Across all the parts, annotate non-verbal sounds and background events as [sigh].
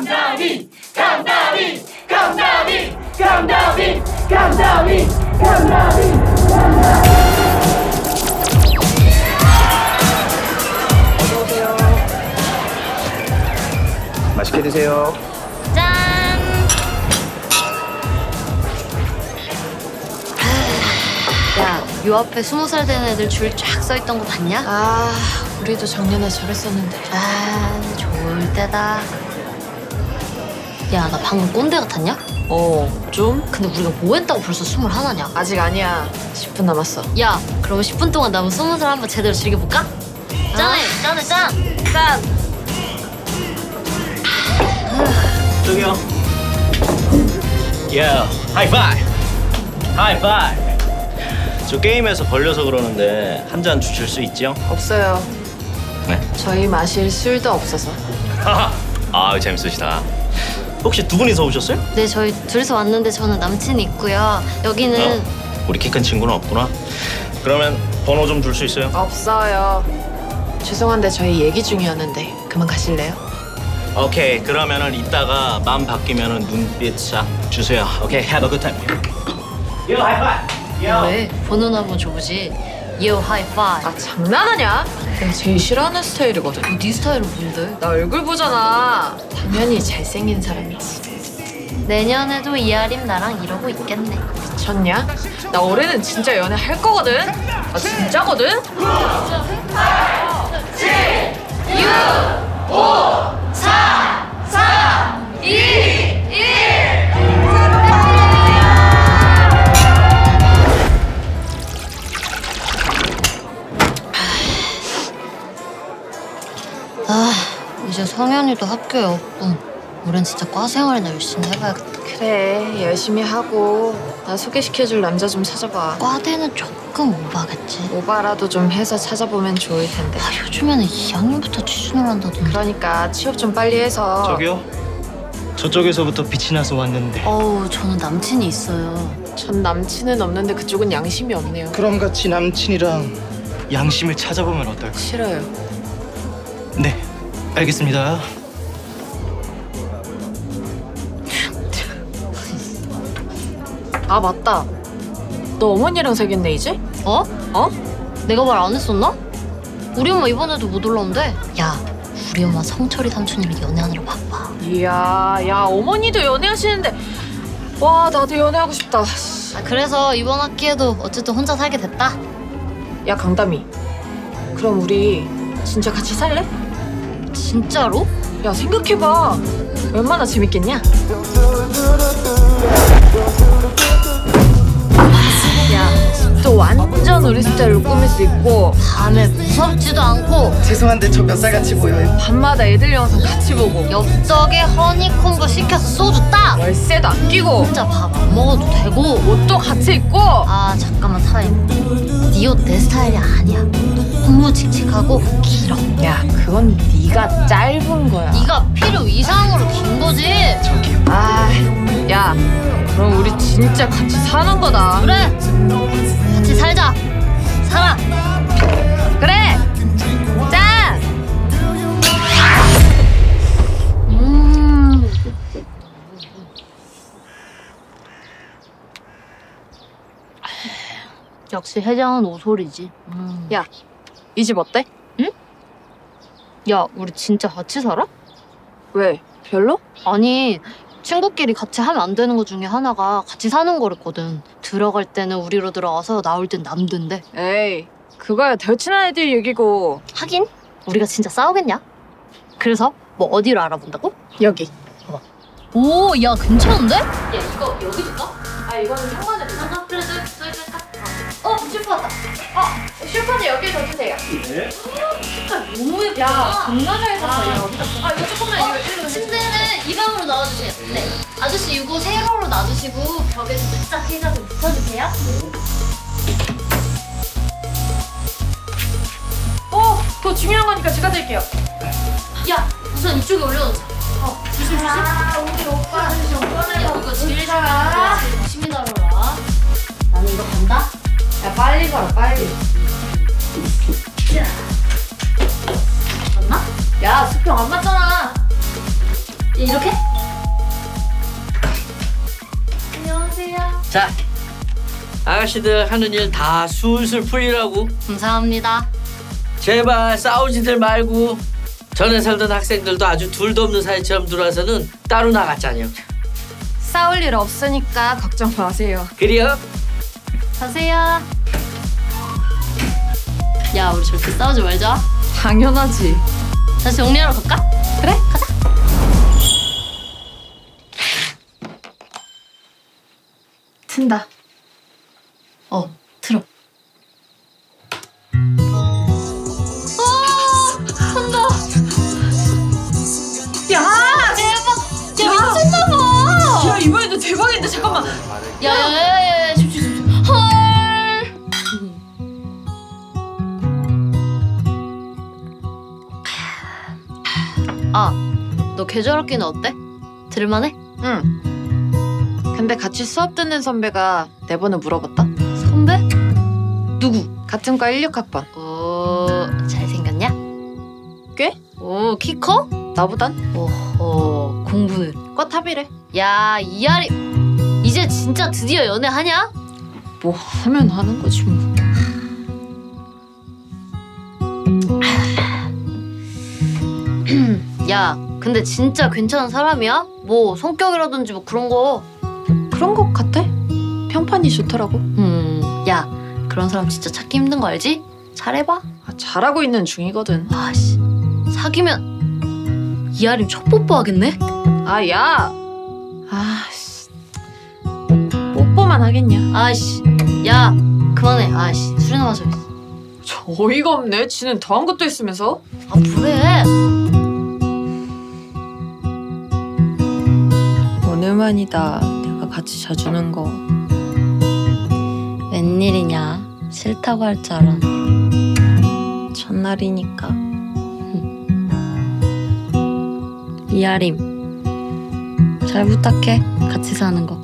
강다비 강다비 강다비 강다비 강다비 강다비 맛있게 드세요. 짠! 야, 요 앞에 스무 살 된 애들 줄 쫙 서 있던 거 봤냐? 아, 우리도 작년에 저랬었는데. 아, 좋을 때다. 야, 나 방금 꼰대 같았냐? 어, 좀? 근데 우리가 뭐 했다고 벌써 스물 하나냐? 아직 아니야. 10분 남았어. 야, 그럼 10분 동안 남은 스무 살 한번 제대로 즐겨볼까? 짠해, 아. 짠해, 짠! 짠! 저기요. 야, 하이파이. 하이파이. 저 게임에서 걸려서 그러는데 한 잔 주실 수 있죠? 없어요. 네. 저희 마실 술도 없어서. 아, 재밌으시다. 혹시 두 분이서 오셨어요? 네, 저희 둘이서 왔는데 저는 남친이 있고요. 여기는 어? 우리 키 큰 친구는 없구나. 그러면 번호 좀 줄 수 있어요? 없어요. 죄송한데 저희 얘기 중이었는데 그만 가실래요? 오케이. 그러면은 이따가 마음 바뀌면은 눈빛 싹 주세요. 오케이. Have a good time. 요 하이파이. 요. 왜? 번호나 한번 줘보지. 요 하이파이. 아 장난하냐? 내가 제일 싫어하는 스타일이거든. 네 스타일은 뭔데? 나 얼굴 보잖아. 당연히 잘생긴 사람이지. 내년에도 이아림 나랑 이러고 있겠네. 미쳤냐? 나 올해는 진짜 연애 할 거거든. 나 진짜거든. 아, 이제 성현이도 학교에 없고 우린 진짜 과 생활이나 열심히 해봐야겠다. 그래 열심히 하고 나 소개시켜줄 남자 좀 찾아봐. 과대는 조금 오바겠지. 오바라도 좀 해서 찾아보면 좋을 텐데. 아, 요즘에는 2학년부터 취준을 한다던데. 그러니까 취업 좀 빨리 해서. 저기요. 저쪽에서부터 빛이 나서 왔는데. 어우, 저는 남친이 있어요. 전 남친은 없는데 그쪽은 양심이 없네요. 그럼 같이 남친이랑 양심을 찾아보면 어떨까? 싫어요. 네. 알겠습니다. 아 맞다. 너 어머니랑 사귀었네 이제? 어? 어? 내가 말 안 했었나? 우리 엄마 이번에도 못 올라온대. 야, 우리 엄마 성철이 삼촌이랑 연애하느라 바빠. 이야, 야 어머니도 연애하시는데 와 나도 연애하고 싶다. 아, 그래서 이번 학기에도 어쨌든 혼자 살게 됐다. 야 강담이, 그럼 우리 진짜 같이 살래? 진짜로? 야 생각해봐. 얼마나 재밌겠냐? 야, 또 완전 우리 스타일로 꾸밀 수 있고 밤에 무섭지도 않고 죄송한데 저 몇 살 같이 보여요? 밤마다 애들 영상 같이 보고 옆쪽에 허니콤보 시켜서 소주 딱! 월세도 아끼고 혼자 밥 안 먹어도 되고 옷도 같이 입고 아 잠깐만 타임 니옷 내 스타일이 아니야 고무칙칙하고 길어 야 그건 네가 짧은 거야 니가 필요 이상으로 긴 거지 저기요. 아, 아야 그럼 우리 진짜 같이 사는 거다 그래 같이 살자 살아 그래 짠 음 역시 해장은 오솔이지 음. 이 집 어때? 야 우리 진짜 같이 살아? 왜? 별로? 아니 친구끼리 같이 하면 안 되는 것 중에 하나가 같이 사는 거랬거든 들어갈 때는 우리로 들어가서 나올 땐 남든데 에이 그거야 절친한 애들 얘기고 하긴 우리가 진짜 싸우겠냐? 그래서 뭐 어디로 알아본다고? 여기 오 야 괜찮은데? 야 이거 여기 줄까? 아 이거는 상관없어 아, 그래 저기 저기 저기 어 슈퍼 왔다 실판은 여기 더 주세요 너무 예쁘다 어, 장난을 해서 아 이거 조금만 침대는 이 방으로 넣어주세요 네 아저씨 이거 세로로 놔주시고 벽에 좀 살짝 피자 좀 붙여주세요 이거 어더 중요한 거니까 제가 드릴게요 야 우선 이쪽에 올려놓자 어 조심 조심 야, 이거 제일 잘해. 조심히 다뤄라. 나는 이거 간다. 야 빨리 걸어 빨리 맞나? 야 수평 안 맞잖아 이렇게? 안녕하세요. 자, 아가씨들 하는 일 다 술술 풀리라고. 감사합니다. 제발 싸우지들 말고. 전에 살던 학생들도 아주 둘도 없는 사이처럼 들어와서는 따로 나갔잖아요. 싸울 일 없으니까 걱정 마세요. 그래요? 가세요. 야, 우리 절대 싸우지 말자. 당연하지. 다시 정리하러 갈까? 그래, 가자. 튼다. 어, 틀어. 아, 야! 아, 대박! 야, 미쳤나봐! 야 이번에도 대박인데 잠깐만. 야, 야, 야, 야, 야, 집중, 집중. 헐! 아, 너 계절학기는 어때? 들을만해? 응. 근데 같이 수업 듣는 선배가 네 번은 물어봤다. 선배? 누구? 같은 과 16학번. 오, 어, 잘생겼냐? 꽤? 오, 키 커? 나보단 오호, 공부는? 과 탑이래. 야, 이아리 이제 진짜 드디어 연애하냐? 뭐 하면 하는 거지 뭐. 야, 근데 진짜 괜찮은 사람이야? 뭐 성격이라든지 뭐 그런 거. 그런 것 같아? 평판이 좋더라고. 음, 야, 그런 사람 진짜 찾기 힘든 거 알지? 잘해봐. 아, 잘하고 있는 중이거든. 아씨, 사귀면 이아림 첫 뽀뽀 하겠네? 아 야. 아씨. 뽀뽀만 하겠냐? 아씨, 야, 그만해. 아씨, 술이나 마셔. 저 어이가 없네. 지는 더한 것도 있으면서. 아, 뭐래? 오늘만이다. 내가 같이 자주는 거. 웬일이냐? 싫다고 할 줄 알았. 첫날이니까. 이아림, 잘 부탁해. 같이 사는 거.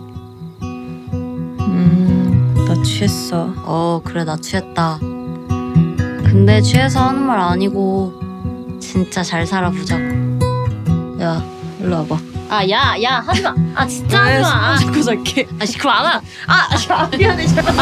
음, 나 취했어. 어, 그래, 나 취했다. 근데 취해서 하는 말 아니고, 진짜 잘 살아보자고. 야, 일로 와봐. 아, 야, 야, 하지 마. 아, 진짜 하지 마. 자꾸 잘게. 아, 시끄러, 안 와. 아, 아, 씨, 아, 미안해, 제발.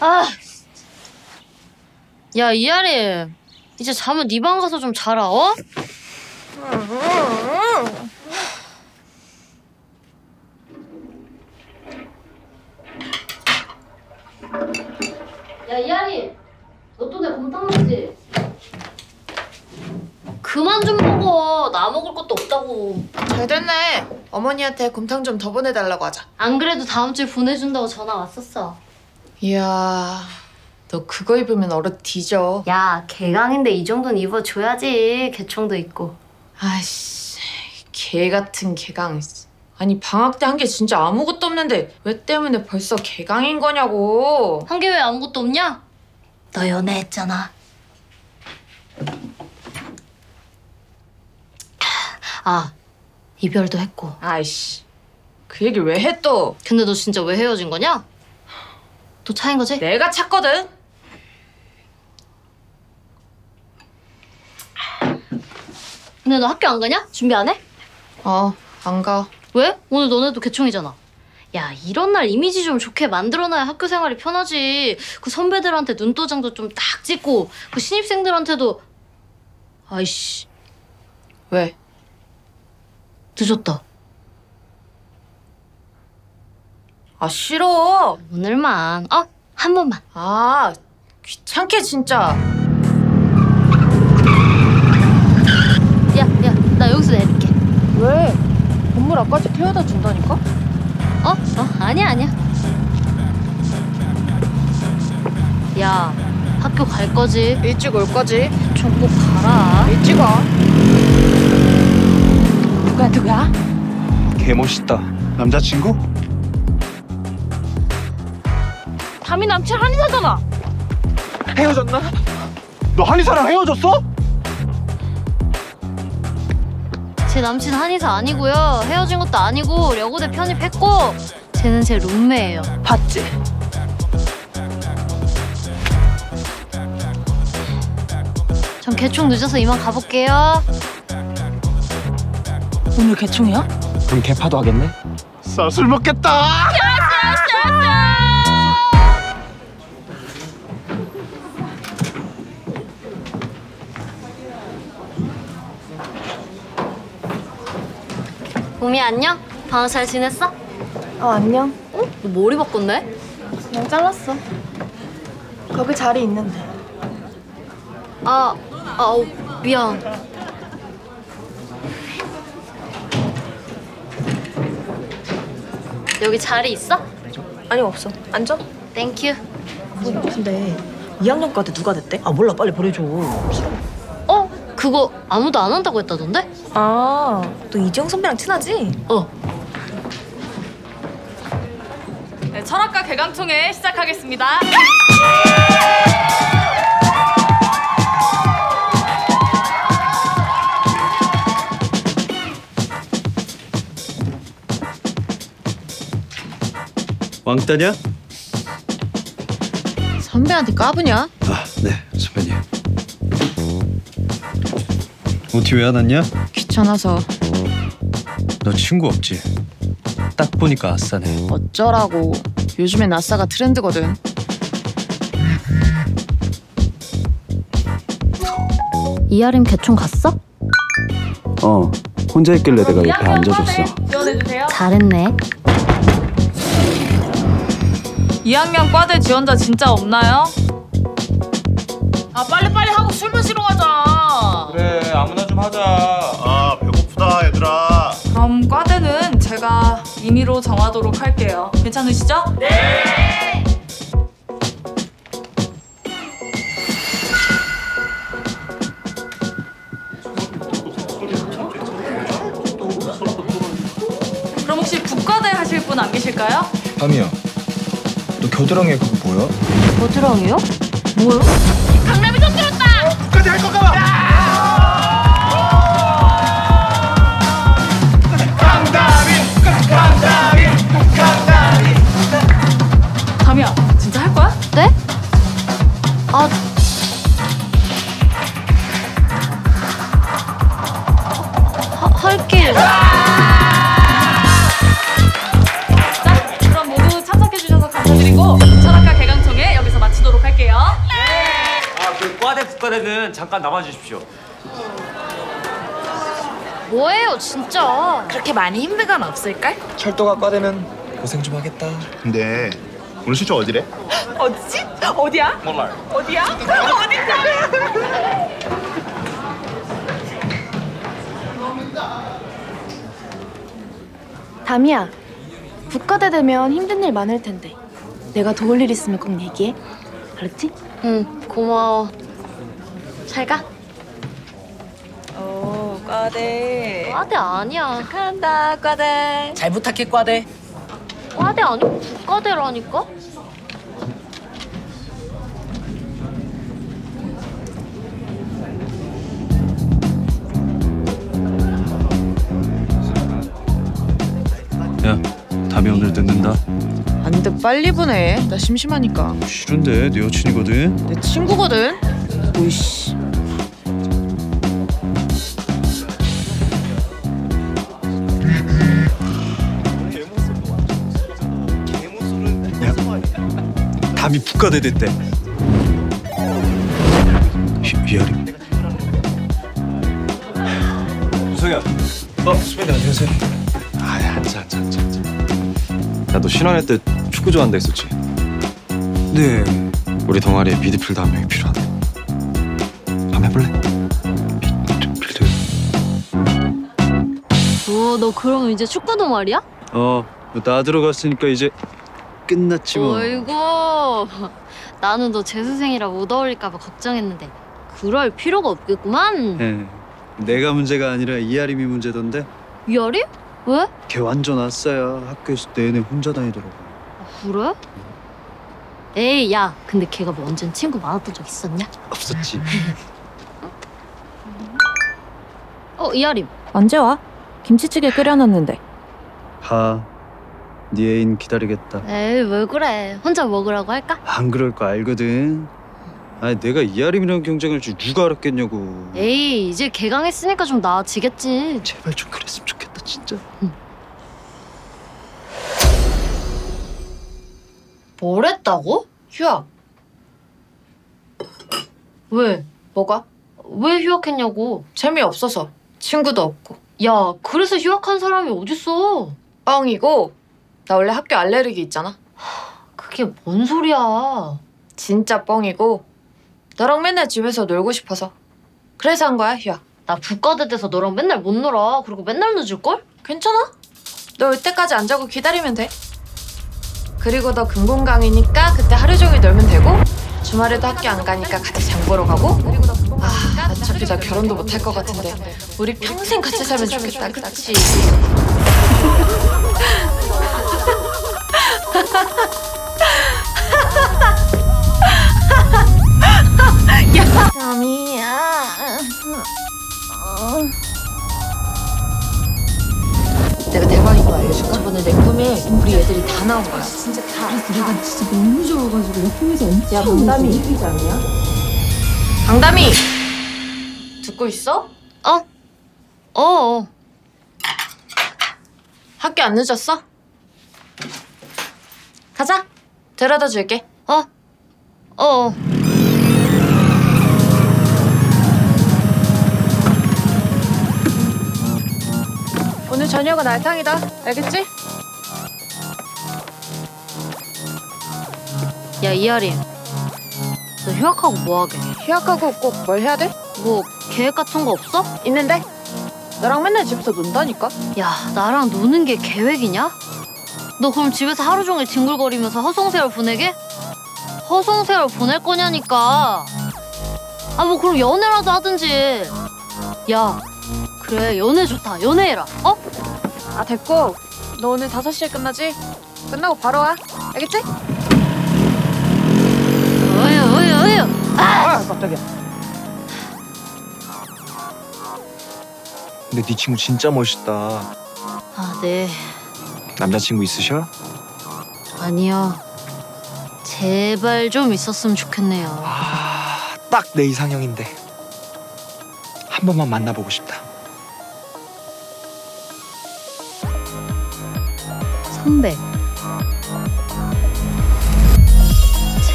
아. 야, 이하림. 이제 자면 네 방 가서 좀 자라, 어? 야, 이하림. 너 또 내 곰탕 먹지? 그만 좀 먹어. 나 먹을 것도 없다고. 잘 됐네. 어머니한테 곰탕 좀 더 보내달라고 하자. 안 그래도 다음 주에 보내준다고 전화 왔었어. 이야, 너 그거 입으면 얼어 뒤져. 야, 개강인데 이 정도는 입어줘야지. 개총도 있고. 아이씨, 개 같은 개강. 아니 방학 때 한 게 진짜 아무것도 없는데 왜 때문에 벌써 개강인 거냐고. 한 개 왜 아무것도 없냐? 너 연애했잖아. 아, 이별도 했고. 아이씨, 그 얘기 왜 해 또? 근데 너 진짜 왜 헤어진 거냐? 또 차인 거지? 내가 찾거든. 근데 너 학교 안 가냐? 준비 안 해? 어, 안 가. 왜? 오늘 너네도 개총이잖아. 야, 이런 날 이미지 좀 좋게 만들어놔야 학교 생활이 편하지. 그 선배들한테 눈도장도 좀 딱 찍고, 그 신입생들한테도. 아이씨, 왜? 늦었다. 아 싫어. 오늘만. 어? 한 번만. 아 귀찮게 진짜. 야, 야, 나 여기서 내릴게. 왜? 건물 앞까지 태워다 준다니까? 어? 어? 아니야, 아니야. 야, 학교 갈 거지? 일찍 올 거지. 전꼭 가라. 일찍 와. 누가 누가? 개멋있다. 남자친구? 담이 남친 한이사잖아. 헤어졌나? 너 한의사랑 헤어졌어? 제 남친 한의사 아니고요. 헤어진 것도 아니고 여고대 편입했고 쟤는 제 룸메예요. 봤지? 전 개총 늦어서 이만 가볼게요. 오늘 개충이야? 그럼 개파도 하겠네? 싸술 먹겠다! 봄이 안녕? 방학 잘 지냈어? 어, 안녕. 어? 너 머리 바꿨네? 그냥 잘랐어. 거기 자리 있는데. 아, 아우 미안. 여기 자리 있어? 아니, 없어. 앉아. 땡큐. 근데 2학년까지 누가 됐대? 아, 몰라. 빨리 보내줘. 어? 그거 아무도 안 한다고 했다던데? 아, 너 이지영 선배랑 친하지? 어. 네, 철학과 개강총회 시작하겠습니다. 왕따냐? 선배한테 까부냐? 아, 네, 선배님. OT 뭐 왜 안 왔냐? 귀찮아서 너 친구 없지? 딱 보니까 아싸네. 어쩌라고 요즘엔 아싸가 트렌드거든 이하림 개총 갔어? 어, 혼자 있길래 내가 옆에 앉아줬어. 잘했네. 2학년 과대 지원자 진짜 없나요? 아 빨리빨리 하고 술 마시러 가자. 그래, 아무나 좀 하자. 아 배고프다 얘들아 그럼 과대는 제가 임의로 정하도록 할게요. 괜찮으시죠? 그럼 혹시 북과대 하실 분 안 계실까요? 밤이야 너 겨드랑이에 그거 뭐야? 겨드랑이요? 담이야, 진짜 할 거야? 네? 아, 하, 할게요. 자, 네. 그럼 모두 참석해 주셔서 감사드리고 철학과 개강총회 여기서 마치도록 할게요. 뭐예요, 진짜? 그렇게 많이 힘든 건 없을걸? 철도가 과되면 고생 좀 하겠다 근데 오늘 실제 어디래? 어디지? 어디야? 몰라. 어디야? 어디야? 담이야, 국가대 되면 힘든 일 많을 텐데. 내가 도울 일 있으면 꼭 얘기해. 알았지? 응, 고마워. 잘 가. 오, 어, 과대. 과대 아니야. 축하한다, 과대. 잘 부탁해 과대. 과대 아니고 국과대라니까? 야, 담이 오늘 늦는다. 안돼 빨리 보내 나 심심하니까 싫은데, 내 여친이거든. 내 친구거든 오이씨 담이 북가대 됐대. 이- 이하리. 유성이야. 어, 선배님 안녕하세요. 아, 앉아, 앉아, 앉아. 앉아. 야, 너 신혼회 때 축구 좋아한다 했었지? 네. 우리 동아리에 미드필더 한 명이 필요하대. 한번 해볼래? 미드필더. 오, 어, 너 그럼 이제 축구도 말이야? 어, 나 들어갔으니까 이제 끝났지 어, 뭐. 어이구. [laughs] 나는 너 재수생이라 못 어울릴까봐 걱정했는데 그럴 필요가 없겠구만. 예. 내가 문제가 아니라 이하림이 문제던데. 이하림? 왜? 걔 완전 아싸야. 학교에서 내내 혼자 다니더라고. 그래? 에이, 야, 근데 걔가 뭐 언젠 친구 많았던 적 있었냐? 없었지. 어, 이하림. 언제 와? 김치찌개 끓여놨는데. 봐. 네 애인 기다리겠다. 에이 왜 그래 혼자 먹으라고 할까? 안 그럴 거 알거든. 아니 내가 이하림이랑 경쟁할 줄 누가 알았겠냐고. 에이 이제 개강했으니까 좀 나아지겠지 제발 좀 그랬으면 좋겠다 진짜 뭘 했다고? 휴학. 왜? 뭐가? 왜 휴학했냐고 재미없어서 친구도 없고 야 그래서 휴학한 사람이 어딨어 뻥이고 나 원래 학교 알레르기 있잖아 그게 뭔 소리야 진짜 뻥이고 너랑 맨날 집에서 놀고 싶어서 그래서 한 거야 휴학 나 북과대 돼서 너랑 맨날 못 놀아 그리고 맨날 늦을걸? 괜찮아? 너 올 때까지 안 자고 기다리면 돼 그리고 너 금공 강의니까 그때 하루 종일 놀면 되고 주말에도 학교 안 가니까 같이 장 보러 가고 아 어차피 나 결혼도 못 할 것 같은데 우리 평생 같이 살면 좋겠다 그치? 야, 아미야. 내가 대박인 거 알려줄까? 저번에 내 꿈에 우리 애들이 다 나온 거야 진짜 다 아, 내가 진짜 너무 좋아가지고 옆에서 엄청. 야, 농담이 이기지 않냐? 강담이 듣고 있어? 어? 어. 학교 안 늦었어? 가자. 데려다 줄게. 어. 어. 오늘 저녁은 알탕이다. 알겠지? 야 이하림 너 휴학하고 뭐하게 휴학하고 꼭 뭘 해야 돼? 뭐 계획 같은 거 없어? 있는데 너랑 맨날 집에서 논다니까? 야 나랑 노는 게 계획이냐? 너 그럼 집에서 하루 종일 뒹굴거리면서 허송세월 보내게? 허송세월 보낼 거냐니까 아 뭐 그럼 연애라도 하든지 야 그래 연애 좋다 연애해라 어? 아 됐고 너 오늘 5시에 끝나지? 끝나고 바로 와. 알겠지? 어휴 어휴 어휴 아, 깜짝이야. 근데 네 친구 진짜 멋있다. 아네 남자친구 있으셔? 아니요 제발 좀 있었으면 좋겠네요 아, 딱 내 이상형인데. 한 번만 만나보고 싶다. 선배.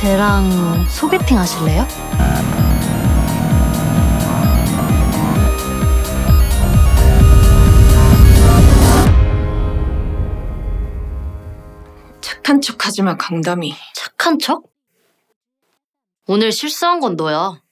쟤랑 소개팅 하실래요? 착한 척하지만 강담이 착한 척? 오늘 실수한 건 너야.